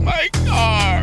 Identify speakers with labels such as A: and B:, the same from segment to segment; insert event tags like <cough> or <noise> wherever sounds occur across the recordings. A: My car!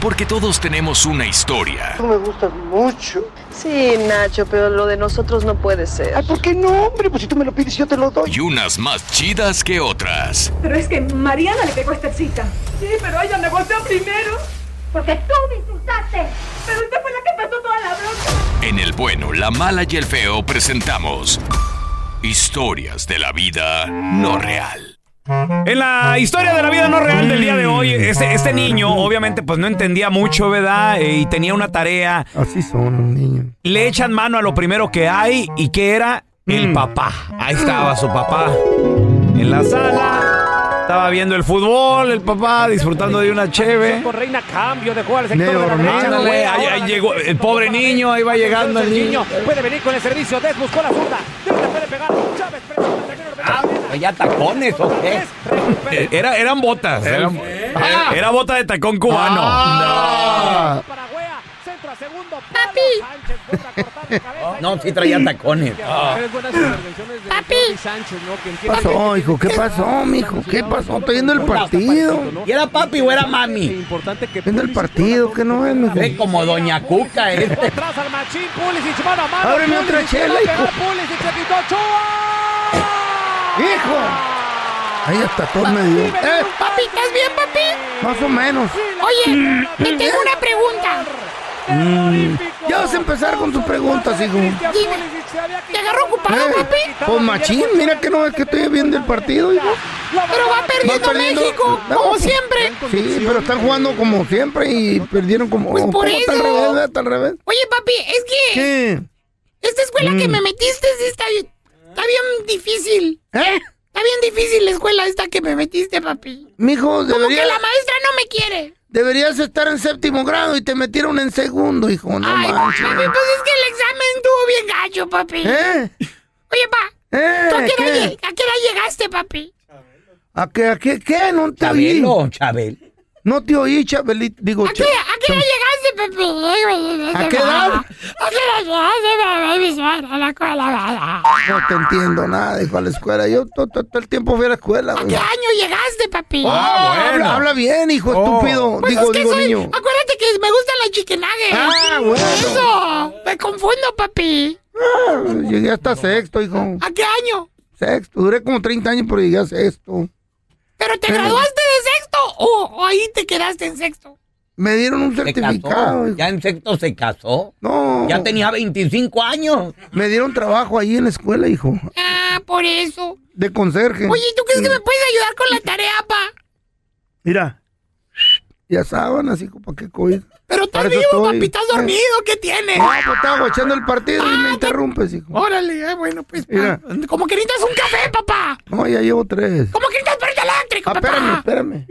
B: Porque todos tenemos una historia.
C: Tú me gustas mucho.
D: Sí, Nacho, pero lo de nosotros no puede ser.
C: Ay, ¿por qué no, hombre? Pues si tú me lo pides, yo te lo doy.
B: Y unas más chidas que otras.
E: Pero es que Mariana le pegó esta cita. Sí, pero ella me golpeó primero. Porque tú me insultaste. Pero usted fue la que pasó toda la bronca.
B: En el bueno, la mala y el feo presentamos historias de la vida no real.
F: En la historia de la vida no real del día de hoy, este, este niño obviamente pues no entendía mucho, ¿verdad? Eh, Y tenía una tarea.
G: Así son los niños.
F: Le echan mano a lo primero que hay y que era el papá. Ahí estaba su papá en la sala. Estaba viendo el fútbol, el papá disfrutando de una cheve.
H: Reina cambio de jugar al
F: sector de la derecha. Ándale, ahí- ahí llegó el pobre niño, ahí va llegando el niño.
H: Puede venir con el servicio. Des buscó la zurda. puede pegar. Chávez
F: ¿Ya tacones o qué? Era, eran botas. eran- era, era bota de tacón cubano. Ah.
G: Ah.
I: Ah, No, sí traía tacones.
G: ¿Qué pasó, hijo? ¿Qué pasó, mijo? ¿Qué pasó? Estoy viendo el partido.
I: ¿Y era papi o era mami?
G: Viendo el partido, que no es, mijo.
I: Es como Doña Cuca, este.
H: Atrás al machín. Pulisic mano a mano.
G: Ábreme otra
H: Pulisic,
G: chela,
H: va a
G: hijo.
H: pegar Pulisic se quitó Ochoa.
G: ¡Hijo! Ahí hasta todo me
I: <laughs>
G: dio. ¡Eh!
J: Papi, ¿estás bien, papi?
G: Más o menos.
J: Oye, te tengo una pregunta.
G: Mm. Ya vas a empezar con tus preguntas, hijo.
J: Dime, ¿te agarro ocupado,
G: Eh,
J: papi?
G: Pues machín, mira que no es que estoy viendo el partido, hijo.
J: Pero va perdiendo, México,
G: No,
J: como
G: pues,
J: siempre.
G: Sí, pero están jugando como siempre y perdieron como. oh,
J: Pues
G: ¿cómo
J: por
G: está al
J: eso.
G: revés, verdad? Está al revés.
J: Oye, papi, es que
G: ¿Qué?
J: esta escuela que
G: Mm.
J: me metiste sí está, bien- está bien difícil.
G: ¿Eh?
J: Está bien difícil la escuela esta que me metiste, papi.
G: Mijo,
J: Como que
G: debería-
J: la maestra no me quiere.
G: deberías estar en séptimo grado y te metieron en segundo, hijo. No
J: Ay, papi,
G: manches.
J: pues es que el examen estuvo bien gacho, papi.
G: ¿Eh?
J: Oye, pa,
G: ¿Eh?
J: ¿tú a qué, edad
G: ¿Qué?
J: lleg- a qué edad llegaste, papi?
G: ¿A qué? ¿A qué? ¿Qué? No te oí.
I: Chabel.
G: No te oí, Chabelito. Digo,
J: ¿A qué, a qué edad llegaste, papi?
G: ¿A qué edad?
J: ¿A qué edad llegaste, papi? A la escuela.
G: No te entiendo nada, hijo, a la escuela. Yo to- to- todo, el tiempo fui a la escuela. güey.
J: ¿Qué año llegaste, papi?
G: Oh, habla, habla bien, hijo estúpido.
J: Pues
G: digo,
J: es que
G: digo,
J: soy-
G: niño.
J: Acuérdate que me gustan las chiquenagues.
G: Ah, bueno.
J: Eso. Me confundo, papi.
G: Ah, llegué hasta sexto, hijo.
J: ¿A qué año?
G: Sexto. Duré como 30 años, pero llegué a sexto.
J: ¿Pero te
G: Pero-
J: graduaste de sexto o, o ahí te Oh, quedaste en sexto?
I: Me dieron un
K: Se
I: certificado.
K: casó. Ya en sexto se casó.
I: No.
K: Ya tenía 25 años.
I: Me dieron trabajo ahí en la escuela, hijo.
J: Ah, por eso.
I: De conserje.
J: Oye, ¿tú crees que me puedes ayudar con la tarea, pa?
I: Mira. Ya saben, así como que COVID.
J: Pero estás
I: Para eso
J: vivo,
I: estoy.
J: papi, estás dormido, ¿qué tienes?
I: No,
G: Ah,
I: pues estaba echando el partido y me interrumpes, hijo.
J: Órale, eh, bueno, pues, pa.
I: Mira.
J: como que necesitas un café, papá.
I: No, ya llevo tres.
J: Como que necesitas perrito eléctrico,
I: Ah,
J: papá.
I: espérame, espérame.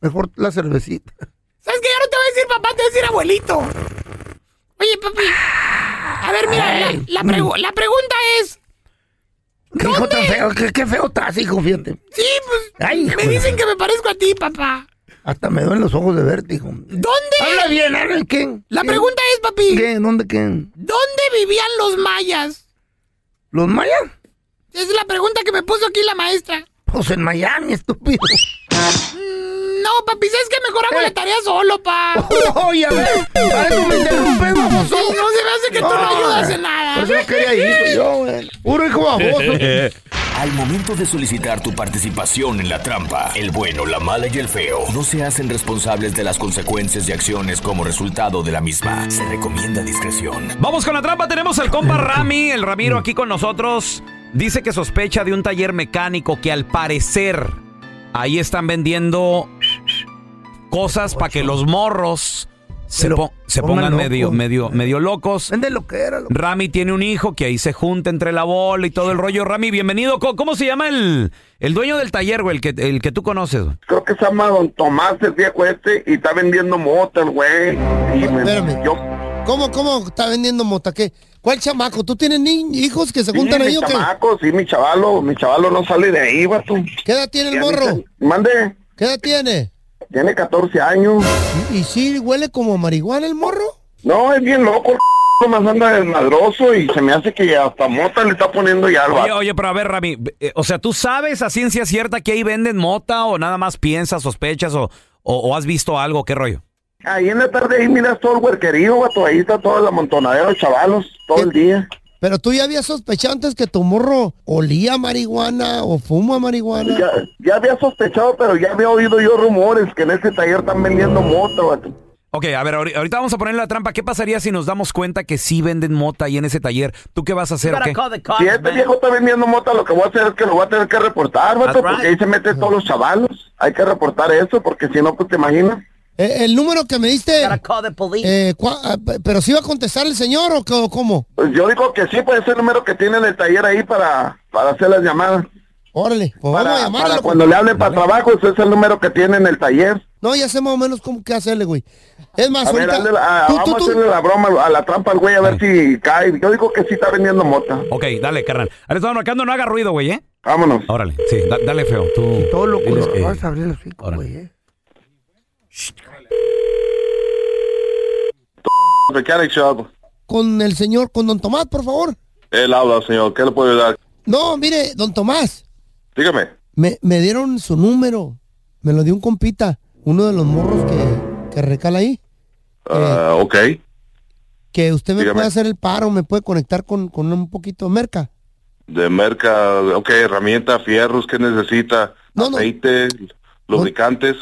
I: Mejor la cervecita.
J: ¿Sabes qué? Ya no te voy a decir papá, te voy a decir abuelito. Oye, papi. A ver, mira, la, la pregu- la pregunta es...
I: ¿Qué hijo tan feo? ¿Qué, qué feo estás, hijo? Fíjate.
J: Sí, pues,
I: Ay, hijo
J: me
I: de-
J: dicen que me parezco a ti, papá.
I: Hasta me duelen los ojos de verte, hijo.
J: ¿Dónde?
I: Habla bien, habla quién.
J: La
I: ¿Quién?
J: pregunta es, papi,
I: ¿Qué? ¿Dónde qué?
J: ¿dónde vivían los mayas?
I: ¿Los mayas?
J: Es la pregunta que me puso aquí la maestra.
I: Pues en Miami, estúpido.
J: No, papi, ¿sabes qué? Mejor hago la tarea solo, pa.
I: Oye, Eh. a ver, Ah. para eso me interrumpes,
J: Sí,
I: baboso.
J: no se me hace que tú no ayudas en nada.
I: Por eso no quería
J: <laughs>
I: ir yo, güey. Puro hijo baboso.
B: Al momento de solicitar tu participación en la trampa, el bueno, la mala y el feo no se hacen responsables de las consecuencias y acciones como resultado de la misma. Se recomienda discreción.
F: Vamos con la trampa, tenemos al compa Rami, el Ramiro aquí con nosotros. Dice que sospecha de un taller mecánico que al parecer ahí están vendiendo cosas para que los morros se, po- se
I: pongan
F: pongan medio,
I: locos.
F: medio, medio locos.
I: Vende lo que era. lo-
F: Rami tiene un hijo que ahí se junta entre la bola y todo el rollo. Rami, bienvenido. Co- ¿Cómo se llama el, el dueño del taller, güey? El que, el que tú conoces. güey?
H: Creo que se llama Don Tomás el viejo este y está vendiendo motos, güey. Y me-
G: Espérame.
H: Yo,
G: ¿Cómo, cómo está vendiendo mota? ¿Qué? ¿Cuál chamaco? ¿Tú tienes ni- hijos que se
H: sí,
G: juntan ahí
H: mi
G: o qué?
H: chamaco, sí, mi chavalo, mi chavalo no sale de ahí, vato.
G: ¿Qué edad tiene el
H: Ya
G: morro?
H: ni se- Mande,
G: ¿Qué edad tiene?
H: tiene 14 años.
G: ¿Y sí huele como a marihuana el morro?
H: No, es bien loco, el nomás anda desmadroso y se me hace que hasta mota le está poniendo ya al
F: Oye,
H: vato.
F: oye, pero a ver, Rami, eh, o sea, ¿tú sabes a ciencia cierta que ahí venden mota o nada más piensas, sospechas o, o- o has visto algo? ¿Qué rollo?
H: Ahí en la tarde ahí miras todo el huerquerío, vato, ahí está todo el amontonadero de chavalos, todo el día.
G: Pero tú ya habías sospechado antes que tu morro olía a marihuana o fuma marihuana.
H: Ya, ya había sospechado, pero ya había oído yo rumores que en ese taller están vendiendo moto, vato.
F: Ok, a ver, ahori- ahorita vamos a poner la trampa. ¿Qué pasaría si nos damos cuenta que sí venden mota ahí en ese taller? ¿Tú qué vas a hacer o qué?
H: Si este viejo está vendiendo mota, lo que voy a hacer es que lo voy a tener que reportar, vato, porque ahí se meten todos los chavalos. Hay que reportar eso, porque si no, pues te imaginas.
G: Eh, el número que me diste. eh, cua- ah, pe- ¿Pero si iba a contestar el señor o, qué- o cómo?
H: Pues yo digo que sí, pues ese número que tiene en el taller ahí para, para hacer las llamadas.
G: Órale, pues vamos a
H: Para,
G: llamarlo.
H: para cuando le hablen para trabajo, ese es el número que tiene en el taller.
G: No, ya sé más o menos cómo qué hacerle, güey. Es más,
H: A ver,
G: ahorita-
H: hazle la- a-
G: tú- tú-
H: vamos
G: tú-
H: a hacerle la broma a la trampa al güey a ver si cae. Yo digo que sí está vendiendo mota.
F: Ok, dale, carnal. Ahora estamos marcando, no haga ruido, güey, ¿eh?
H: Vámonos.
F: Órale, sí, da- dale feo. Tú.
I: Todo loco,
F: diles
I: lo
H: Eh.
F: que-
I: vas Pues, a abrir los hijos,
F: Órale.
I: güey. eh.
H: Mechanic Shop.
G: con el señor, con don Tomás, por favor.
H: Él habla, señor. ¿Qué le puedo ayudar?
G: No, mire, don Tomás,
H: Dígame.
G: me, me dieron su número. Me lo dio un compita, uno de los morros que, que recala ahí.
H: Ah, ok.
G: Que usted me
H: Dígame.
G: puede hacer el paro, me puede conectar con, con un poquito de merca.
H: De merca, ok, herramientas, fierros, ¿qué necesita?
G: No, no.
H: Aceite, lubricantes,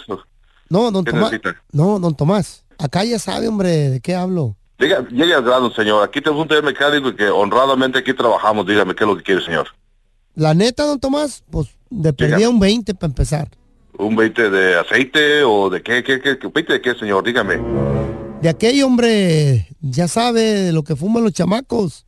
G: No, don
H: ¿qué
G: Tomás.
H: necesita?
G: No, don Tomás. Acá ya sabe, hombre, de qué hablo.
H: Diga, llegue al grano, señor. Aquí tenemos un taller mecánico que honradamente aquí trabajamos. Dígame, ¿qué es lo que quiere, señor?
G: La neta, don Tomás, pues de perdida un 20 para empezar.
H: ¿Un veinte de aceite o de qué? ¿Qué, qué, qué- veinte de qué, señor? Dígame.
G: De aquello, hombre, ya sabe lo que fuman los chamacos.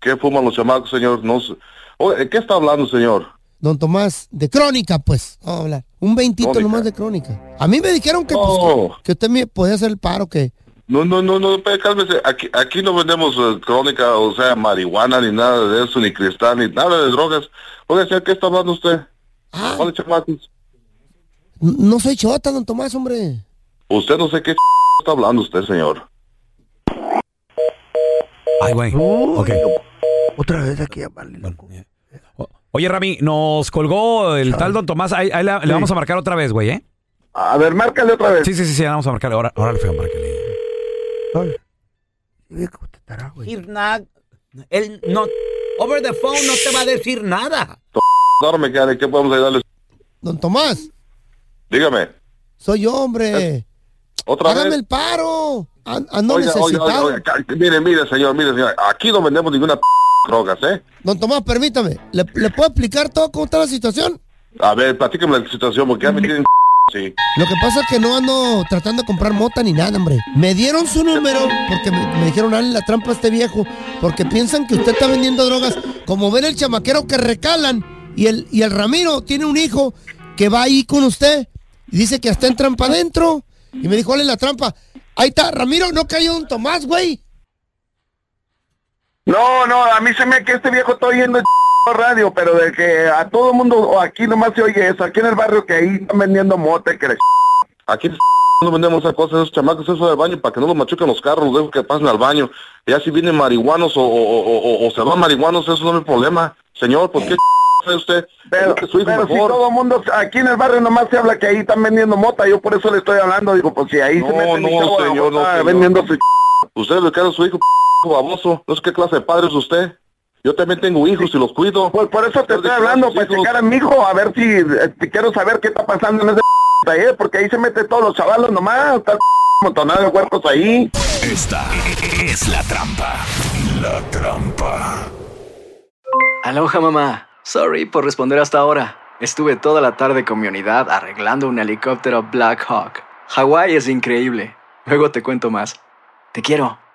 H: ¿Qué fuman los chamacos, señor? No sé. Oye, ¿de ¿Qué está hablando, señor?
G: Don Tomás, de crónica, pues, vamos a hablar. Un veintito
H: Crónica. Oh.
G: nomás de crónica. A mí me dijeron que, pues,
H: No.
G: que, que usted me podía hacer el paro, que...
H: No, no, no, no, pe- cálmese. Aquí, aquí no vendemos eh, crónica, o sea, marihuana, ni nada de eso, ni cristal, ni nada de drogas. Oiga, señor, ¿qué está hablando usted?
L: Ah.
H: ¿Cuáles chamacos?
G: N- No soy chota, don Tomás, hombre.
H: Usted no sé qué ch- está hablando usted, señor.
F: Ay, güey. Ok.
I: Otra vez aquí a llamarle. loco.
F: Oye, Rami, nos colgó el tal Don Tomás. Ahí, ahí la- le vamos a marcar otra vez, güey, ¿eh?
H: A ver, márcale otra vez.
F: Sí, sí, sí, sí, vamos a marcarle. Ahora, ahora feo, márcale.
I: Ay,
K: He's not- Él no. Over the phone no te va a decir nada.
H: Ahora me quedan, ¿qué podemos ayudarles?
G: Don Tomás,
H: Dígame.
G: soy yo, hombre.
M: Eh, Otra
L: Hágame
M: vez.
L: el paro. An- Ando
M: Oiga, oiga,
L: necesitado.
M: oiga, oiga, ca- mire, mire, señor, mire, señor. Aquí no vendemos ninguna p drogas, ¿eh?
L: Don Tomás, permítame. ¿Le, le puedo explicar todo cómo está la situación?
M: A ver, platíqueme la situación, porque
L: Mm.
M: ya me tienen sí.
L: Lo que pasa es que no ando tratando de comprar mota ni nada, hombre. Me dieron su número porque me, me dijeron, hazle la trampa a este viejo, porque piensan que usted está vendiendo drogas. Como ven el chamaquero que recalan y el, y el Ramiro tiene un hijo que va ahí con usted y dice que está en trampa adentro. Y me dijo, hazle la trampa. Ahí está, Ramiro, no cayó Don Tomás, güey.
H: No, no, a mí se me que este viejo está oyendo el radio, pero de que a todo mundo o aquí nomás se oye eso, aquí en el barrio que ahí están vendiendo mote, que la
M: Aquí no vendemos esas cosas, esos chamacos, eso del baño, para que no los machuquen los carros, los dejo que pasen al baño. Ya si vienen marihuanos o, o- o- o- o se van marihuanos, eso no es mi problema. Señor, ¿por qué hace usted?
H: Pero,
M: Su hijo
H: pero si
M: mejor.
H: todo mundo, aquí en el barrio nomás se habla que ahí están vendiendo mota, yo por eso le estoy hablando, digo, pues si ahí se
M: No,
H: mete mi
M: no,
H: chavo a la
M: señor, no,
H: mota,
M: señor.
H: vendiendo su
M: Usted le queda a su hijo p- baboso. No sé qué clase de padre es usted. Yo también tengo hijos y los cuido. Pues
H: por eso te estoy hablando, para checar a mi hijo, a ver si, eh, si quiero saber qué está pasando en ese taller, porque ahí se mete todos los chavalos nomás, está montonado de cuerpos ahí.
B: Esta es la trampa. La trampa.
N: Aloha mamá. Sorry por responder hasta ahora. Estuve toda la tarde con mi unidad arreglando un helicóptero Black Hawk. Hawái es increíble. Luego te cuento más. Te quiero.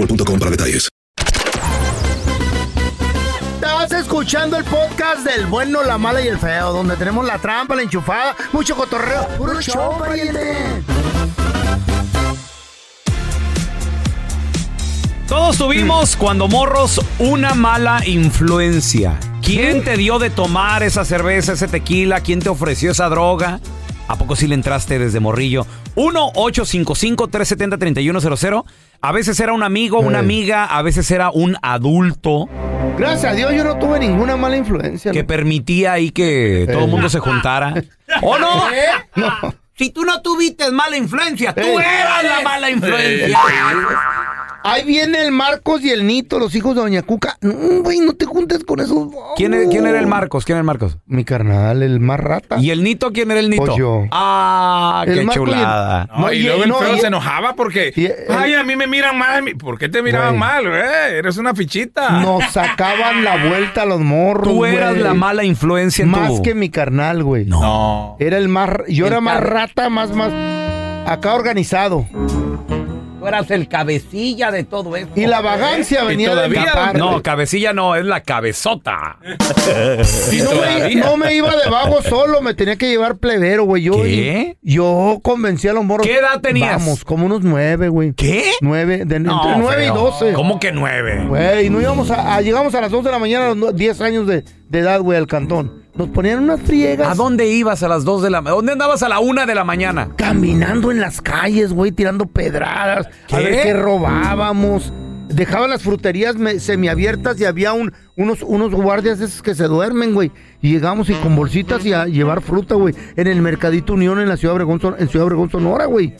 O: para detalles.
G: Estás escuchando el podcast del bueno, la mala y el feo, donde tenemos la trampa, la enchufada, mucho cotorreo. ¡Puro show, pariente!
F: Todos tuvimos cuando morros una mala influencia. ¿Quién te dio de tomar esa cerveza, ese tequila? ¿Quién te ofreció esa droga? ¿A poco sí le entraste desde morrillo? 1-855-370-3100. A veces era un amigo, una amiga, a veces era un adulto
G: Gracias a Dios yo no tuve ninguna mala influencia.
F: que permitía ahí que todo el mundo se juntara. ¿O no?
G: ¿Eh?
P: Si tú no tuviste mala influencia, tú eras la mala influencia.
G: Eh. Ahí viene el Marcos y el Nito, los hijos de Doña Cuca. No, güey, no te juntes con esos.
F: ¿Quién, e- quién era el Marcos? ¿Quién era el Marcos?
G: Mi carnal, el más rata.
F: ¿Y el Nito? ¿Quién era el Nito?
G: Pues yo.
F: Ah,
G: El
F: qué
G: Marco y el-
F: chulada.
G: No,
Q: y,
G: y-
Q: luego
G: no,
Q: el feo
G: y- eh,
Q: se enojaba porque. Ay, a mí me miran mal. ¿Por qué te miraban
G: Güey.
Q: mal, güey? Eres una fichita.
G: Nos sacaban la vuelta a los morros.
Q: Tú eras
G: güey.
Q: la mala
F: influencia en
G: Más
Q: tu-
G: que mi carnal, güey.
Q: No.
G: Era el más. Yo
P: El
G: era más
P: car-
G: rata, más, más. Acá organizado.
P: Tú eras el cabecilla de todo esto.
G: Y la vagancia venía de mi papá.
F: No, cabecilla no, es la cabezota.
G: <laughs> Y no, me, no me iba de vago solo, me tenía que llevar plebero, güey. Yo,
F: ¿Qué?
G: yo convencí a los morros.
F: ¿Qué edad tenías?
G: Vamos, como unos nueve, güey.
F: ¿Qué?
G: Nueve, de- entre nueve y
F: feo.
G: doce.
F: ¿Cómo que nueve?
G: Güey, no íbamos a, a- llegamos a las dos de la mañana a los nue- diez años de, de edad, güey, al cantón. Nos ponían unas friegas.
F: ¿A dónde ibas a las dos de la mañana? ¿Dónde andabas a la una de la mañana?
G: Caminando en las calles, güey, tirando pedradas.
F: ¿Qué?
G: A ver qué robábamos. Dejaban las fruterías me- semiabiertas y había un, unos, unos guardias esos que se duermen, güey. Y llegamos y con bolsitas y a llevar fruta, güey. En el Mercadito Unión en la Ciudad Obregón, Son- en Ciudad Obregón, Sonora, güey.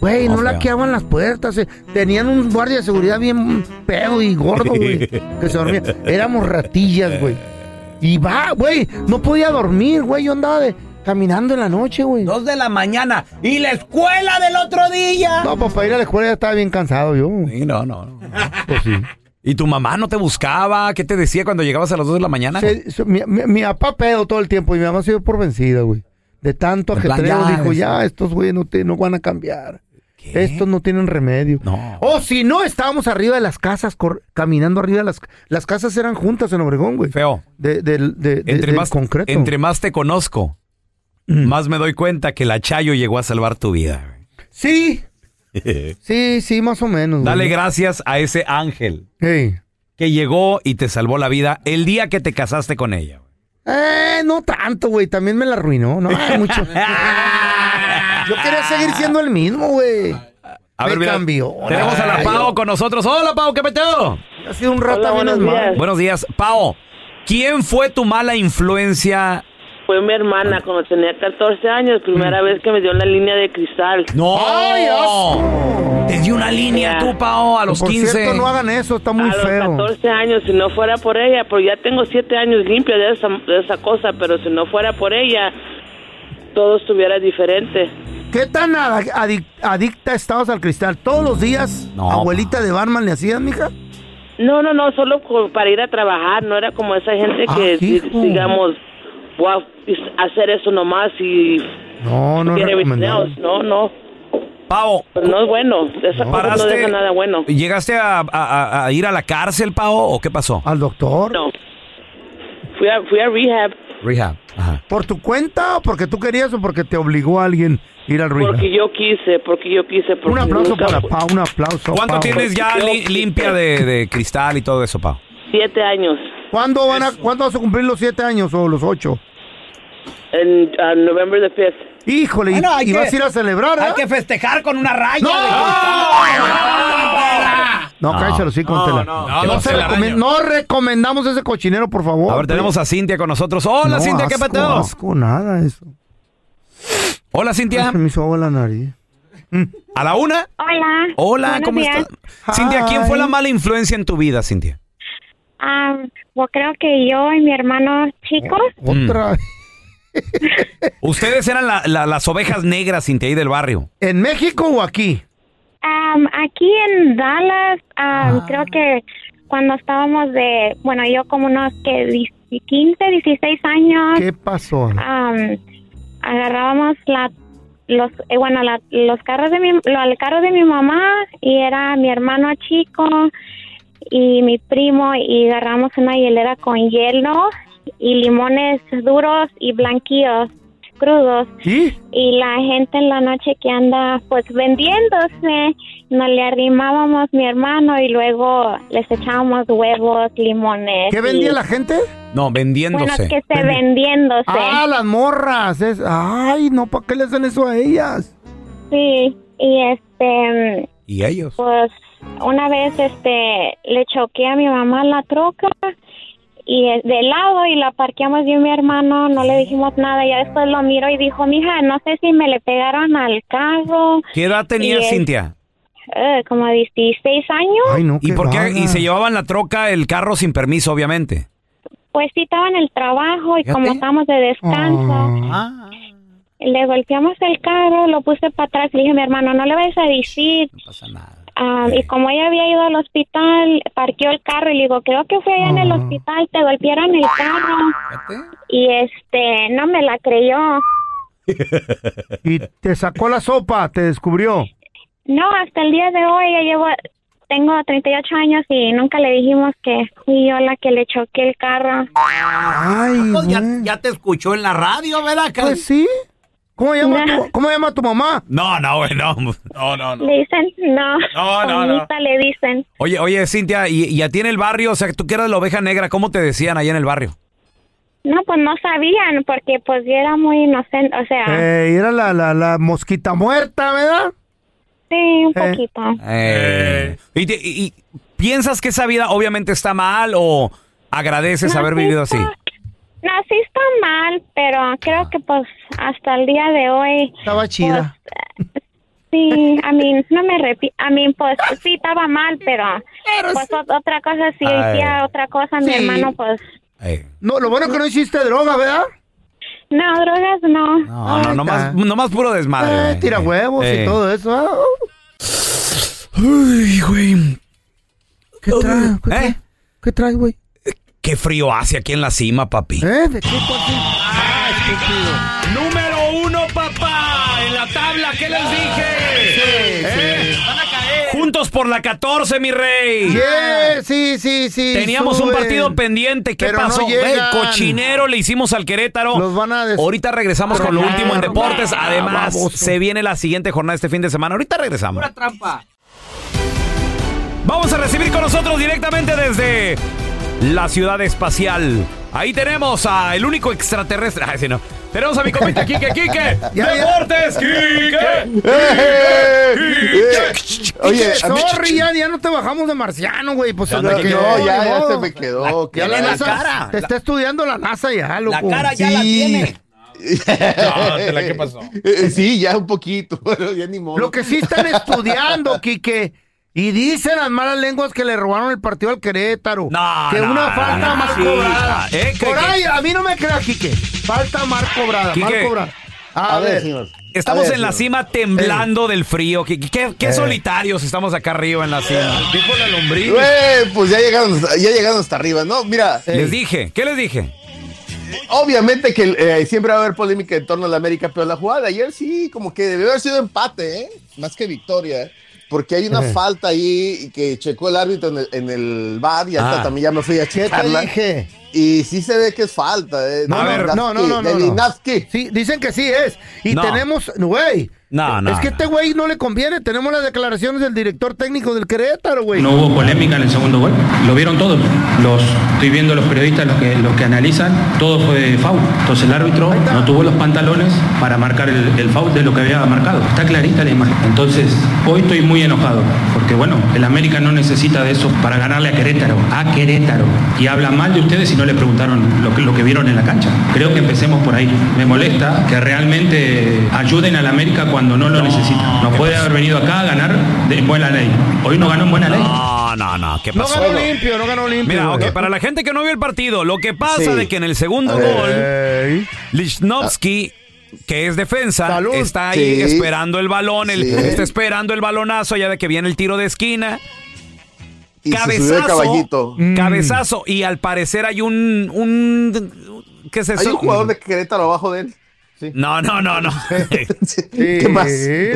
G: Güey, no
Q: Oh, feo.
G: laqueaban las puertas. eh. Tenían un guardia de seguridad bien pedo y gordo, güey. que se dormía. Éramos ratillas, güey. Y va, güey. No podía dormir, güey. Yo andaba de, caminando en la noche, güey.
P: Dos de la mañana. Y la escuela del otro día.
G: No, pues para ir a la escuela ya estaba bien cansado yo.
F: Sí, no, no.
G: Pues sí.
F: ¿Y tu mamá no te buscaba? ¿Qué te decía cuando llegabas a las 2 de la mañana?
G: Se- se- mi, mi- mi papá pedo todo el tiempo y mi mamá se dio por vencida, güey. De tanto
F: En plan,
G: ajetreo
F: ya,
G: dijo,
F: es-
G: ya, estos güeyes no, te- no van a cambiar. Estos no tienen remedio.
F: Ah,
G: O si no, estábamos arriba de las casas, cor- caminando arriba de las... Las casas eran juntas en Obregón, güey.
F: Feo.
G: De, del- de- de-
F: Entre
G: del
F: más,
G: concreto. Mm.
F: entre más te conozco, más me doy cuenta que la Chayo llegó a salvar tu
G: <laughs>
F: vida.
G: Sí, sí, sí, más o menos.
F: Dale
G: güey.
F: gracias a ese ángel
G: Ey.
F: que llegó y te salvó la vida el día que te casaste con ella.
G: Eh, no tanto, güey. También me la arruinó. No,
F: <laughs>
G: ay, mucho. Yo quería seguir siendo el mismo, güey.
F: A ver, mira,
G: cambió.
F: Tenemos a la Pau con nosotros. Hola, Pau, ¿qué peteo?
G: Ha sido un rato bien mal.
F: Buenos días. Pau, ¿quién fue tu mala influencia?
R: Fue mi hermana cuando tenía 14 años, primera vez que me dio la línea de cristal.
F: ¡No! Te dio una línea tú, Pao, a los
G: Por
F: 15.
G: cierto, no hagan eso, está muy
R: a
G: feo.
R: los 14 años, si no fuera por ella, porque ya tengo 7 años limpia de esa, de esa cosa, pero si no fuera por ella, todo estuviera diferente.
G: ¿Qué tan ad- adic- adicta estabas al cristal? ¿Todos los días, abuelita de Barman, le hacías, mija?
R: No, no, no, solo co- para ir a trabajar, no era como esa gente
G: Ah,
R: que, di-
G: hijo.
R: digamos, voy a hacer eso nomás y
G: No, no es
R: tiene
G: recomendable.
R: videos. No, no.
F: Pau.
R: Pero no es bueno, esa cosa no
F: Paraste-
R: deja nada bueno.
F: ¿Llegaste a, a- a- a ir a la cárcel, Pao, o qué pasó?
G: ¿Al doctor?
R: No. Fui a, fui a rehab
F: Rehab. Ajá.
G: ¿Por tu cuenta o porque tú querías o porque te obligó a alguien a ir al ruido?
R: porque yo quise, porque yo quise. pues, Porque
G: Un aplauso
R: nunca-
G: para Pau, un aplauso.
F: ¿Cuánto
G: Pau.
F: tienes ya li- limpia de, de cristal y todo eso, Pau?
R: Siete años.
G: ¿Cuándo, van a, ¿Cuándo vas a cumplir los siete años o los ocho?
R: En ah, November the 5th.
G: Híjole, y-
R: Bueno, hay
G: y
R: que-
G: vas a ir a celebrar, ¿eh?
R: hay que
P: festejar con una raya.
G: ¡No! No,
F: No.
G: cállate los hijos,
F: No,
G: Tela.
F: no.
G: No,
F: Te vas
G: se
F: a hacer
G: recome-
F: daño.
G: no recomendamos ese cochinero, por favor.
F: A ver, tenemos a Cintia con nosotros. Hola,
G: No,
F: Cintia, ¿qué
G: asco,
F: peteo?
G: asco, nada eso.
F: Hola, Cintia.
G: Se me hizo agua la nariz.
F: ¿A la una?
S: Hola.
F: Hola,
S: Buenos
F: ¿cómo
S: días.
F: estás? Cintia, ¿quién fue la mala influencia en tu vida, Cintia?
S: Ah, yo creo que yo y mi hermano chico.
F: Otra. Ustedes eran la- la- las ovejas negras, Cintia, ahí del barrio.
G: ¿En México o aquí?
S: Am, aquí en Dallas,
F: Ah.
S: am, creo que cuando estábamos de, bueno, yo como unos que 10, 15, 16 años.
G: ¿Qué pasó?
S: am, agarrábamos la los eh, bueno la- los carros de mi lo, el carro de mi mamá y era mi hermano chico y mi primo y agarramos una hielera con hielo y limones duros y blanquillos crudos y la gente en la noche que anda pues vendiéndose nos le arrimábamos mi hermano y luego les echábamos huevos limones
G: ¿Qué
S: y-
G: vendía la gente?
F: No,
S: bueno
F: vendiéndose.
S: que se vendiéndose
G: Ah, las morras. es- Ay, no, ¿para qué le hacen eso a <laughs> ellas?
S: Sí, y este,
F: ¿Y ellos?
S: pues una vez este le choqué a mi mamá la troca y eh, de lado y la parqueamos yo y mi hermano, no le dijimos nada, ya después lo miro y dijo, mija, no sé si me le pegaron al carro,
F: ¿Qué edad
S: Y
F: tenía
S: es-
F: Cintia?
S: eh, como 16 años,
F: ¿Y por qué? Y se llevaban la troca, el carro sin permiso, obviamente.
S: pues sí estaba en el trabajo y como estábamos de descanso, le golpeamos el carro, lo puse para atrás, le dije, mi hermano, no le vayas a decir. Ah, y como ella había ido al hospital, parqueó el carro y le digo, creo que fue allá en el hospital, te golpearon el carro. Y este, no me la creyó.
G: Y te sacó la sopa, te descubrió.
S: No, hasta el día de hoy ya llevo, tengo 38 años y nunca le dijimos que fui yo la que le choqué el carro.
G: Ay,
S: ya-
P: Ah, pues Ya te escuchó en la radio, ¿verdad? Cari?
G: Pues sí. ¿Cómo llama,
S: Nah.
G: tu, ¿Cómo llama tu mamá?
F: No, no, güey, no. No, no,
S: Le dicen, no.
F: No, no, no.
S: Juanita le dicen.
F: Oye, oye, Cintia, y, y a ti en el barrio, o sea, tú que eras la oveja negra, ¿cómo te decían allá en el barrio?
S: No, pues no sabían porque pues yo era muy inocente, o sea,
G: Eh, era la, la, la mosquita muerta, ¿verdad?
S: sí, un
G: eh.
S: poquito.
F: Eh, ¿Y, te- y- y piensas que esa vida obviamente está mal o agradeces
S: No,
F: haber
S: sí
F: vivido así?
S: No, sí está mal, pero creo que pues hasta el día de hoy. pues, eh,
G: Estaba chida.
S: Sí, a mí no me repito, a mí pues sí estaba mal, pero pues ot- otra cosa si yo
G: Ay.
S: hacía otra cosa, mi
G: Sí.
S: hermano pues
G: No, lo bueno que no hiciste droga, ¿verdad?
S: no, drogas no.
F: No, no, nomás, nomás puro desmadre.
G: Eh, Ah, tira ah, huevos y todo eso.
F: Uy, güey.
G: ¿Qué traes? ¿Qué traes? ¿Qué traes, güey?
F: Qué frío hace aquí en la cima, papi.
G: ¿Eh? ¿De qué cuate?
F: Número uno, papá. Ah, En la tabla, ¿qué les dije? ¿Eh? Juntos por la 14, mi rey.
G: Yeah, sí, sí, sí.
F: Teníamos un
G: suben.
F: partido pendiente. ¿Qué
G: Pero no
F: pasó?
G: llegan.
F: El cochinero le hicimos al Querétaro. Ahorita regresamos con lo
G: tronar,
F: último en deportes.
G: güey.
F: Además,
G: Baboso.
F: se viene la siguiente jornada este fin de semana. Ahorita regresamos.
P: Pura trampa.
F: Vamos a recibir con nosotros directamente desde la ciudad espacial. Ahí tenemos a el único extraterrestre. Ay, sí, no. Tenemos a mi comita Kike Kike.
T: <laughs> Ya,
F: Deportes,
G: Eh,
F: Kike.
T: <laughs> Oye, a mí-
G: sorry, ya, ya no te bajamos de marciano, güey. Pues
T: Ya
G: se
T: no,
G: me quedó,
T: no,
G: ni
T: ya, ya
G: modo.
T: se me quedó.
G: Ya
T: qué
G: la
T: la
G: NASA
T: cara.
G: Te está estudiando la NASA ya, loco.
T: cara ya la Sí. tiene. <laughs>
G: Dátela, ¿qué pasó?
T: Eh, Sí, ya un poquito, <laughs> pero ya ni modo.
G: Lo que sí
T: <laughs>
G: están estudiando, Quique. Y dicen las malas lenguas que le robaron el partido al Querétaro. que
F: no,
G: una
F: no,
G: falta
F: no,
G: mal
F: sí.
G: cobrada.
F: Eh, que-
G: Por
F: que-
G: ahí, a mí no me creas, Quique. Falta mal cobrada, mal
F: Quique.
G: cobrada. A, ver,
F: Estamos
G: A ver,
F: en la
G: señor.
F: cima temblando del frío. Qué, qué- qué
T: Eh.
F: solitarios estamos acá arriba en la cima. Dijo la lombriz.
T: Güey, pues ya llegaron, hasta- ya llegaron hasta arriba, ¿no? Mira,
F: Les dije, ¿qué les dije?
T: obviamente que eh, siempre va a haber polémica en torno a la América, pero la jugada de ayer sí, como que debió haber sido empate, ¿eh? Más que victoria, ¿eh? Porque hay una
G: Ajá.
T: falta ahí que checó el árbitro en el, en el bar y hasta
G: Ah.
T: también ya me fui a checarla.
G: dije?
T: Y sí se ve que es falta, ¿eh?
G: No,
T: De
G: no,
T: Lasky,
G: no, no, no,
T: de
G: no, no.
T: Lasky.
G: Sí, dicen que sí es. Y
T: No.
G: tenemos, güey.
F: No, no,
G: Es que
F: no.
G: este güey no le conviene. Tenemos las declaraciones del director técnico del Querétaro, güey.
U: No hubo polémica en el segundo gol. Lo vieron todos. Los, estoy viendo los periodistas, los que, los que analizan. Todo fue foul. Entonces el árbitro no tuvo los pantalones para marcar el, el foul de lo que había marcado. Está clarita la imagen. Entonces, hoy estoy muy enojado. Porque bueno, el América no necesita de eso para ganarle a Querétaro. A Querétaro. Y habla mal de ustedes si no le preguntaron lo que, lo que vieron en la cancha. Creo que empecemos por ahí. Me molesta que realmente ayuden al América cuando no lo necesita. No puede haber venido acá a ganar de buena ley. Hoy no ganó en buena ley.
F: No, no, no. ¿Qué
U: No
F: pasó?
U: ganó
G: limpio, no ganó limpio.
F: Mira,
G: güey.
F: ok, para la gente que no vio el partido, lo que pasa
G: Sí.
F: de que en el segundo
G: A ver.
F: gol, Lichnowsky, que es defensa, está ahí
G: Sí.
F: esperando el balón, el-
T: Sí.
F: está esperando el balonazo ya de que viene el tiro de esquina.
T: Y se subió el
F: cabezazo,
T: caballito.
F: Mm.
G: Mm.
F: cabezazo, y al parecer hay un, un ¿qué es eso?
T: Hay un jugador de Querétaro abajo de él.
F: No, no,
T: <laughs>
F: no, no.
T: ¿Qué más?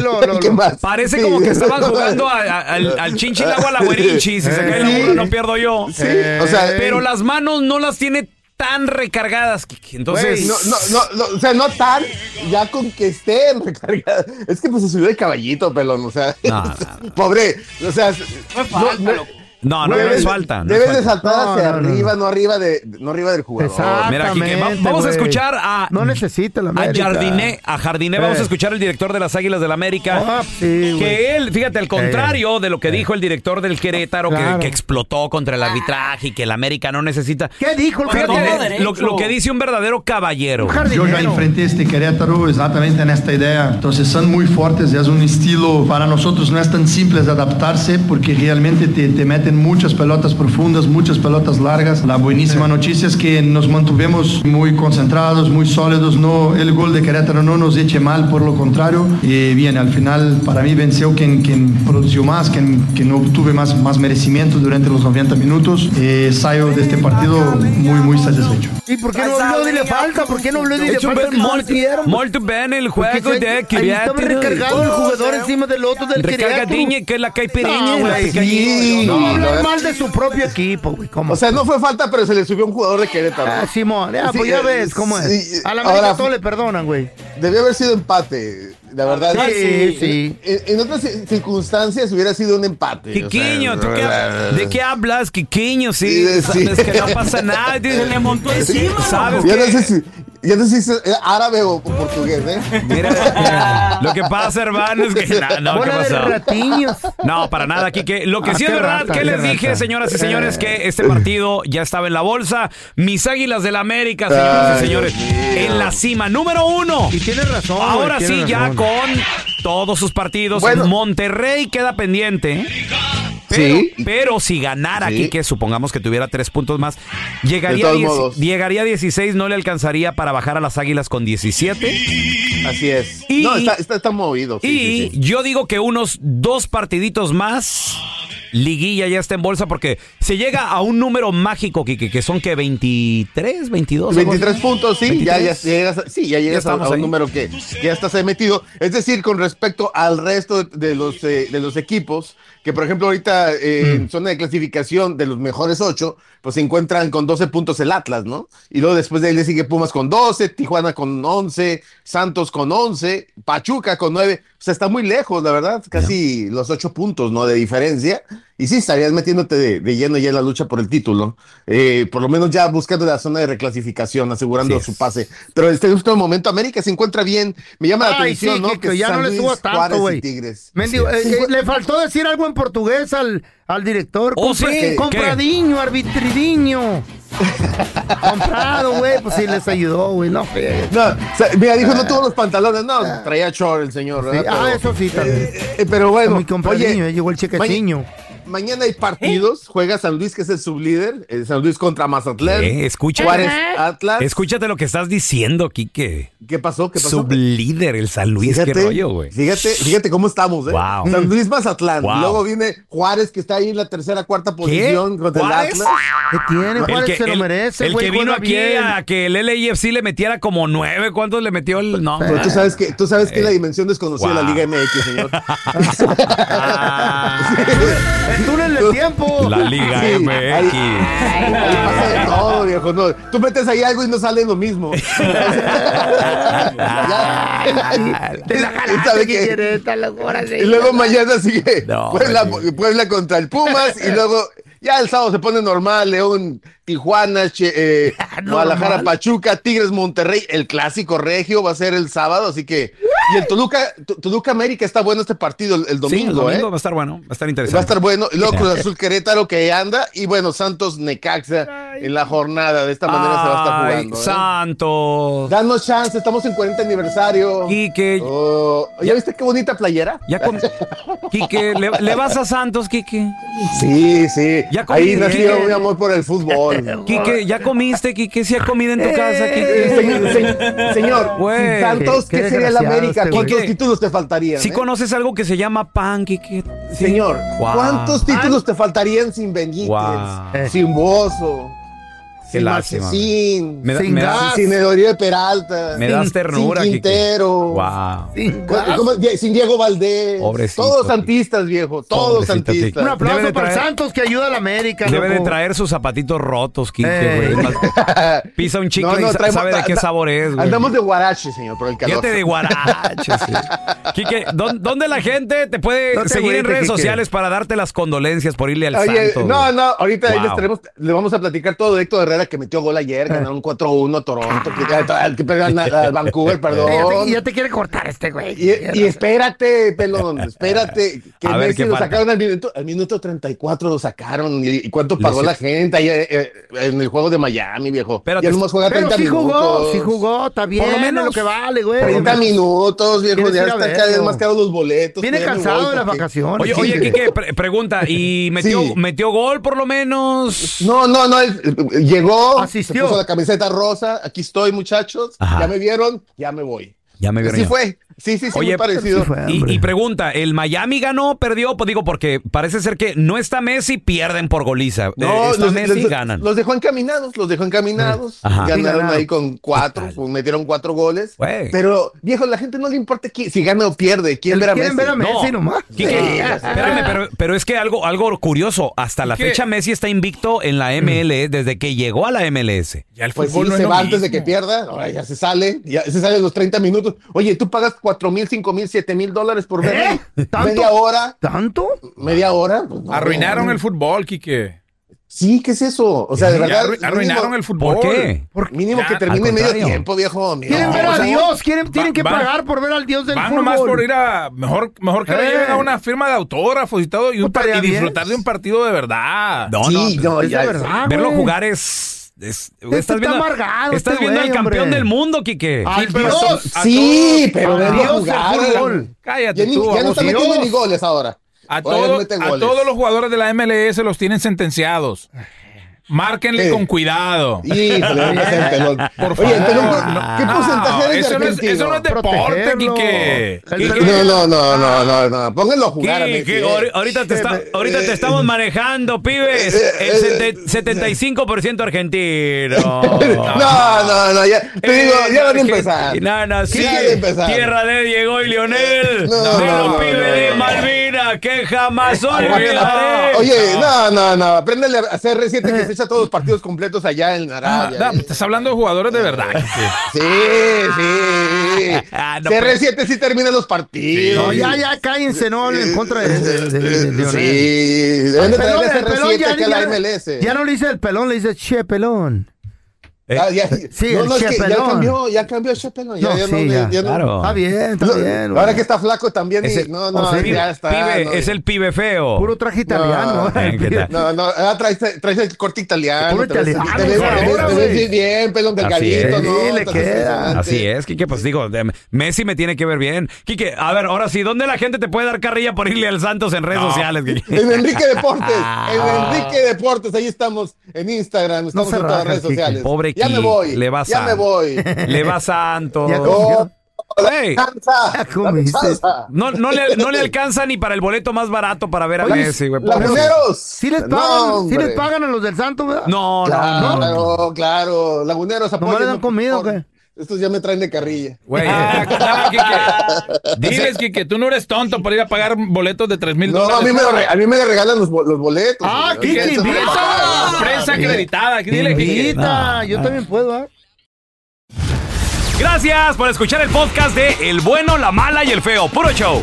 G: lo- lo-
T: ¿Qué
G: lo-
T: más?
F: Parece como que estaban jugando a- a- al,
T: <laughs>
F: al chinchilago a la güerinchi. Si se cae la
T: Sí.
F: bola, no pierdo yo.
T: Sí, o sea-
G: Eh.
F: Pero las manos no las tiene tan recargadas, Kiki.
T: Güey,
F: Entonces.
T: no, no, no, no, o sea, no tan, ya con que estén recargadas. Es que pues se subió el caballito, pelón, o sea.
F: No,
T: <laughs> Pobre, o sea. no, no,
F: No, no, no
T: debes-
F: es falta, no es
T: debes de
F: falta.
T: saltar
F: No,
T: hacia
F: no, no.
T: arriba, no. arriba de, no arriba del jugador.
F: Mira, Quique, va- vamos a
G: güey.
F: escuchar a,
G: No necesita la
F: a
G: América.
F: Jardiné. A Jardiné vamos
G: Eh.
F: a escuchar al director de las Águilas del América.
G: Ah, sí, güey.
F: que él, fíjate, al contrario de lo que dijo el director del Querétaro, que-
G: Claro.
F: que, explotó contra el arbitraje y que el América no necesita.
G: ¿Qué dijo el
F: Fíjate,
G: Querétaro?
F: lo, lo que dice un verdadero caballero.
V: Eu já enfrentei este Querétaro exatamente nesta ideia. Então, são muito fortes, é um estilo para nós não é tão simples adaptar-se, porque realmente te, te metem muitas pelotas profundas, muitas pelotas largas. A boníssima notícia é que nos mantivemos muito concentrados, muito sólidos. No, el gol de Querétaro não nos eche mal, por lo contrário. E, bem, al final, para mim, venceu quem, quem produziu mais, quem, quem obteve mais, mais merecimento durante os 90 minutos. E saio deste partido muito, muito satisfeito.
G: ¿Y por qué no habló de le falta? ¿Por qué no habló de le
V: Hecho un
G: falta?
V: buen molde-
F: Molto bene el
G: Porque
F: juego
G: se-
F: de
G: ahí estaba
F: Querétaro.
G: recargado el jugador encima del otro del Querétaro.
F: Recargadiña, que es la
G: No,
F: caipirinha. la
G: güey,
F: picadinha.
G: No, no,
T: no,
G: hablar
T: no.
G: mal de su propio equipo, güey. ¿Cómo?
T: O sea, no fue falta, pero se le subió un jugador de Querétaro.
G: Ah, Simón, ya,
T: Sí,
G: pues ya
T: eh,
G: ves cómo
T: sí,
G: es. A la
T: ahora-
G: América todo le perdonan, güey.
T: Debió haber sido empate, la verdad.
G: Sí, sí. sí.
T: En, en otras circunstancias hubiera sido un empate. o sea,
F: Quiquiño, ¿tú
T: <laughs>
F: qué- ¿de qué hablas, Quiquiño? Sí,
T: Sí, sí.
F: sabes que no
T: <laughs>
F: pasa nada. Se le montó encima. ¿Sabes
T: Ya no
F: qué?
T: sé si, ya no sé si es árabe o portugués, ¿eh?
F: Lo que pasa,
T: <laughs>
F: hermano, es que. No, no, ¿qué
T: Bola de
F: pasó?
T: ratiños.
F: No, para nada, Quique. Lo que
T: Ah,
F: sí es
T: qué
F: verdad,
T: rata,
F: que
T: qué
F: les
T: rata. Eh.
F: dije, señoras y señores, que este partido ya estaba en la bolsa. Mis águilas del América, señoras
T: Ay,
F: y señores,
T: Dios mío.
F: en la cima, número uno. Y
G: tienes razón.
F: Ahora
T: güey,
F: sí,
T: tienes
F: ya
T: razón.
F: con todos sus partidos.
T: Bueno.
F: Monterrey queda pendiente. Pero,
T: Sí.
F: pero si ganara
T: Sí.
F: Quique, supongamos que tuviera tres puntos más,
T: De
F: llegaría, a
T: todos
F: dieci-
T: modos.
F: llegaría a 16, no le alcanzaría para bajar a las águilas con 17.
T: Así es.
F: Y-
T: no, está, está, está movido. sí,
F: Y
T: sí, sí.
F: yo digo que unos dos partiditos más Liguilla ya está en bolsa porque se llega a un número mágico, Kike, que son que 23, 22. algo así.
T: 23 puntos, sí, ya, ya
F: 23.
T: llegas, a- sí, ya llegas a- a,
F: estamos
T: un
F: ahí.
T: número que que ya estás ahí metido. Es decir, con respecto al resto de, de los, eh, de los equipos, que por ejemplo ahorita eh,
F: Mm.
T: en zona de clasificación de los mejores ocho, pues se encuentran con 12 puntos el Atlas, ¿no? Y luego después de ahí le sigue Pumas con 12, Tijuana con 11, Santos con 11, Pachuca con 9. O sea, está muy lejos, la verdad, casi los 8 puntos, ¿no? De diferencia. Y sí, estarías metiéndote de, de lleno ya en la lucha por el título. Eh, por lo menos ya buscando la zona de reclasificación, asegurando su pase. Pero en este justo momento América se encuentra bien. Me llama la
G: Ay, sí,
T: atención, ¿no?
G: que, que ya
T: San
G: no le
T: Luis,
G: suba
T: Juárez
G: tanto,
T: y
G: güey.
T: Tigres.
G: Mendigo,
T: Sí,
G: eh,
T: sí.
G: eh, le faltó decir algo en portugués al, al director.
T: Oh, sí, ¿qué?
G: Compradiño, arbitridiño. Comprado, güey. Pues sí, les ayudó, güey. No, fíjate.
T: No, o sea, mira, dijo, no tuvo los pantalones, no, traía short el señor, ¿verdad?
G: ah, eso sí,
T: <laughs>
G: también.
T: Eh, eh, pero bueno,
G: Muy compradiño, eh, llegó el chequeciño.
T: maña- Mañana hay partidos, juega San Luis, que es el sublíder, eh, San Luis contra Mazatlán.
F: Eh, escucha-
T: Juárez,
F: Ajá.
T: Atlas.
F: Escúchate lo que estás diciendo, Quique.
T: ¿Qué pasó? ¿Qué pasó?
F: Sublíder, el San Luis, qué rollo, güey.
T: Fíjate, fíjate cómo estamos, ¿eh?
F: Wow.
T: San Luis Mazatlán.
F: Wow.
T: Luego viene Juárez, que está ahí en la tercera, cuarta posición contra el
F: ¿Juárez?
T: Atlas.
G: ¿Qué tiene?
F: El
G: Juárez
F: que-
G: se lo
F: el-
G: merece,
F: El
G: güey.
F: que vino
G: juega
F: aquí
G: bien.
F: a que el LAFC le metiera como nueve. ¿Cuántos le metió el.? No,
T: Pero Pues tú sabes que, tú sabes que es la
F: Eh.
T: dimensión desconocida de la
F: Wow.
T: Liga MX,
F: <laughs>
T: señor. Ah,
G: El túnel del tiempo.
F: <laughs> La Liga
T: Sí,
F: MX.
T: Ahí pasa de todo, viejo. No, tú metes ahí algo y no sale lo
F: <laughs>
T: mismo. <laughs> Te la
G: ¿Qué quiere esta locura,
T: Y luego
G: señor?
T: mañana sigue
F: No,
T: Puebla, Puebla contra el Pumas y luego ya el sábado se pone normal, León, Tijuana, Che-
F: <laughs>
T: eh,
F: Ah,
T: Guadalajara, Pachuca, Tigres, Monterrey, el clásico regio va a ser el sábado, así que... Y el Toluca, Tu- Toluca América está bueno este partido el, el domingo,
F: Sí, el domingo
T: ¿eh?
F: va a estar bueno, va a estar interesante. Eh,
T: Va a estar bueno. Y luego
F: Sí. <laughs>
T: Cruz Azul Querétaro que anda. Y bueno, Santos Necaxa en la jornada. De esta manera se va a estar
F: Ay,
T: jugando. ¿eh?
F: Santos.
T: Danos chance, estamos en 40 aniversario.
F: Quique.
T: Oh, ¿Ya, viste qué bonita playera?
F: Ya
T: <laughs>
F: com- Quique, ¿le, le vas a Santos, Quique?
T: Sí, sí.
F: Ya comí,
T: Ahí nació
F: Quique.
T: mi amor por el
G: <laughs>
T: fútbol.
F: Quique, ¿ya comiste, Quique? ¿Sí ha comido en tu casa,
T: Eh,
F: Quique?
T: señor, se- señor,
F: Güey.
T: sin Santos, ¿qué, este sería la
G: este
T: América? ¿Cuántos
F: Quique,
T: títulos te faltarían?
F: ¿sí
T: eh?
F: conoces algo que se llama pan, Quique? Sí.
T: Señor,
F: Guau.
T: ¿cuántos títulos te faltarían sin Benítez?
F: Guau.
T: Sin Bozo.
F: Qué
T: sin
F: lástima.
T: Marchesín,
F: Me da-
T: sin
F: me da-
T: Gas, sin Edorio de Peralta,
F: Me das
T: sin-
F: ternura,
T: sin
F: Quique.
T: Quintero,
F: Wow.
T: sin, ¿cómo? Die- sin Diego Valdés,
F: Pobrecito,
T: todos
F: Quique.
T: santistas, viejo, todos
F: Pobrecito, Quique.
T: santistas.
G: Un aplauso
F: Debe de
G: para
F: traer-
G: Santos que ayuda a la América.
F: Debe de
G: loco.
F: traer sus zapatitos rotos, Quique,
G: Eh.
F: güey. Es más, Pisa
T: <laughs>
F: un chicle
T: No, no,
F: y sa-
T: traemos-
F: sabe de qué
T: ta- ta-
F: sabor es, güey.
T: Andamos de guarache, señor, por el calor.
F: Fíjate de guarache, sí.
G: <laughs>
F: Quique, ¿dó- ¿dónde la gente te puede
T: No te
F: seguir en
T: agüites,
F: redes
T: Quique.
F: sociales para darte las condolencias por irle al
T: Oye,
F: santo?
T: no,
F: güey?
T: no, ahorita ahí
F: Wow.
T: les traemos- le vamos a platicar todo de Héctor Herrera que metió gol ayer, ganaron 4-1 a Toronto, que, al- que
F: <laughs>
T: perdieron a- a Vancouver, perdón.
G: Ya te, ya te quiere cortar este güey.
T: Y, y espérate, pelón, espérate. Que
F: A ver,
T: Messi
F: ¿qué
T: lo
F: falta?
T: sacaron al minuto, al minuto 34, lo sacaron. ¿Y, y cuánto pagó
F: Les-
T: la gente ahí eh, eh, en el juego de Miami, viejo?
F: Espérate.
T: ya nomás juega
G: Pero
T: 30
G: sí jugó,
T: minutos.
G: sí jugó, está bien.
F: lo
G: es
F: menos.
G: lo que vale, güey.
T: 30 minutos, viejo.
G: Quieres
T: Ya
G: ir a
T: están
G: verlo.
T: cada vez más caros los boletos.
G: Viene
T: pues ya me
G: cansado
T: voy
G: de las
T: porque-
G: vacaciones.
F: Oye,
T: Sí.
F: oye, Quique, pre- pregunta, ¿y metió,
T: Sí.
F: metió gol por lo menos?
T: No, no, no. él, eh, Llegó,
G: Ah, Asistió.
T: se puso la camiseta rosa. Aquí estoy, muchachos.
F: Ajá.
T: Ya me vieron, ya me voy.
F: Ya me vieron.
T: Así
F: ya.
T: fue. Sí, sí, sí, muy
F: Oye,
T: parecido.
F: y, y pregunta, ¿el Miami ganó, perdió? Pues digo, porque parece ser que no está Messi, pierden por goliza. No, está Messi, ganan.
T: los dejó encaminados, los dejó encaminados.
F: Ajá.
T: Ganaron
F: Sí, ganaron.
T: ahí con cuatro, pues, metieron cuatro goles.
F: Güey.
T: Pero, viejo, la gente no le importa qui- si gana o pierde. ¿Quién verá
G: quieren ver a Messi nomás.
F: Quique,
T: Sí.
F: espérame, pero, pero es que algo, algo curioso, hasta la
Q: Quique.
F: fecha Messi está invicto en la MLS desde que llegó a la MLS.
Q: Ya el
T: Pues sí,
Q: fútbol no es
T: se
Q: lo
T: va antes de
Q: mismo.
T: que pierda, ahora ya se sale, ya se sale a los 30 minutos. Oye, tú pagas cuatro mil, cinco mil, siete mil dólares por ver
G: ¿Eh? ¿Tanto?
T: media hora,
G: ¿Tanto?
T: media hora. pues, no,
Q: Arruinaron
T: no.
Q: el fútbol, Quique.
T: Sí, ¿qué es eso? O sea, de
Q: Ya
T: verdad.
Q: arru- arruinaron el fútbol.
F: ¿Por qué?
T: Mínimo
Q: Ya,
T: que
Q: al
T: termine medio
F: contrario.
T: tiempo, viejo.
G: Quieren
T: No,
G: ver
T: o
G: a
T: sea,
G: Dios, quieren, tienen que
Q: va-
G: pagar por ver al Dios del
Q: Van
G: fútbol.
Q: nomás por ir a. Mejor, mejor que
G: Eh.
Q: le lleven a una firma de autógrafos y todo y, un
G: Puta,
Q: par- y
G: ya bien.
Q: disfrutar de un partido de verdad.
F: No,
T: Sí,
F: no,
T: no,
G: Es de
T: ya.
G: verdad,
F: verlo
G: güey.
F: jugar es... es-
T: Este
G: está amargado
F: estás
G: este
F: viendo
G: güey,
F: al campeón
G: hombre.
F: del mundo, Quique.
G: Al
Q: Sí, pero
G: Dios.
Q: son- a
T: Sí,
Q: todos-
T: pero verlo
G: Dios del
T: jugar.
G: fútbol.
T: Ya,
Q: Cállate
T: ni-
Q: tú,
T: ya no
Q: baboso.
T: está metiendo ni goles ahora.
Q: A,
T: Ahora ya
Q: todo-
T: mete
Q: a
T: goles.
Q: todos los jugadores de la MLS los tienen sentenciados. Márquenle
T: Sí.
Q: con cuidado.
T: Híjole, no
Q: <laughs>
T: sean pelón.
Q: Por
T: Oye,
Q: favor.
T: pero ¿qué porcentaje
Q: no, eso no
T: eres
Q: es-
T: argentino?
Q: eso no es deporte,
T: Protegerlo.
Q: Quique.
T: No, no, no, no, no, no. Pónganlo a jugar a
F: Sí,
T: Messi,
F: que
T: eh.
F: ahori- ahorita te, está- ahorita te estamos manejando, pibes.
T: eh,
F: El sete-
T: <laughs>
F: 75% argentino.
T: No,
Q: Ah.
T: no, no, ya. Te digo,
Q: Eh,
T: ya van a empezar.
F: No, no, sí.
T: Ya van a empezar.
F: Tierra de Diego y Lionel.
T: No,
F: de
T: no,
F: los
T: no,
F: pibes
T: no,
F: de
T: no. Eh,
F: Malvina que jamás olvidaré.
T: Oye, no, no, no. Apréndele a CR7 que se echa todos los partidos completos allá en Arabia.
Q: Ah, Estás hablando de jugadores de verdad. Ah,
T: Sí, sí.
Q: <laughs> no, pues.
T: CR7 sí termina los partidos.
G: No, ya, ya, cállense, no hablen en contra de, de- de- de Lionel.
T: Sí, deben de traerle
G: Pelón, el
T: CR7
G: pelón ya-
T: aquí a la
G: ya-
T: MLS.
G: Ya no le dice el pelón, le dice che pelón.
Q: Eh,
G: Eh,
T: Ah, ya-
G: Sí,
T: no,
G: el
T: no, es que ya
G: chepelón.
T: cambió, ya cambió el chepelón. Ya,
G: No,
T: ya
G: sí,
T: no, le-
G: ya,
T: ya no-
F: claro. Está bien, está
T: Lo-
F: bien,
T: Ahora
F: bueno.
T: que está flaco también. y-
F: Ese-
T: no, no,
F: o sea,
T: ya está.
F: pibe,
T: no,
F: es el pibe feo.
G: Puro traje <laughs> italiano.
T: No,
F: eh, ¿Qué tal?
T: no, no, ah, traes, traes el corte italiano.
F: Puro
T: te ves-
F: italiano,
T: Te ves,
F: ahora,
T: te ves- te
F: güey.
T: ves bien, bien, pelón delgadito,
F: Así es.
T: ¿no?
F: Sí, le
T: Te ves
F: queda.
T: impresionante.
F: Así es, Quique, pues digo, de- Messi me tiene que ver bien. Quique, a ver, ahora sí, ¿dónde la gente te puede dar carrilla por irle al Santos en Ah. redes sociales? Quique?
T: <laughs> En Enrique Deportes, en Enrique Deportes, ahí estamos en Instagram, estamos
F: se
T: en todas las
F: raja,
T: redes
F: Quique.
T: sociales.
F: Pobre
T: ya me
F: Quique,
T: voy,
F: le vas
T: ya
F: a-
T: me voy.
F: <laughs>
T: Ah,
F: Le va Santos.
T: Ya comió.
F: Ey,
T: Cansa, dame chanza.
F: No, no, le, no le alcanza ni para el boleto más barato para ver a
G: Oye,
F: Messi, güey.
G: la
F: Pobre-
G: mujer-
T: Si
G: Sí les pagan, sí les pagan a los del Santo, ¿verdad?
F: No,
T: Claro, Ah, claro. Laguneros,
G: ¿Nomás le dan
T: apoyen.
G: comida o qué?
T: Estos ya me traen de carrilla.
Q: Güey, eh, no, Quique. Diles, Quique, tú no eres tonto por ir a pagar boletos de 3 mil
T: No,
Q: dólares.
T: a mí me, lo re- a mí me regalan los, bo- los boletos.
Q: Ah,
T: güey.
Q: Quique,
T: Eso me
Q: invita.
T: regalan.
Q: Prensa acreditada. Dile, Quique.
G: Ah. Invita,
Q: No,
G: yo
Q: no.
G: también puedo, ¿ah?
F: Gracias por escuchar el podcast de El Bueno, la Mala y el Feo. Puro show.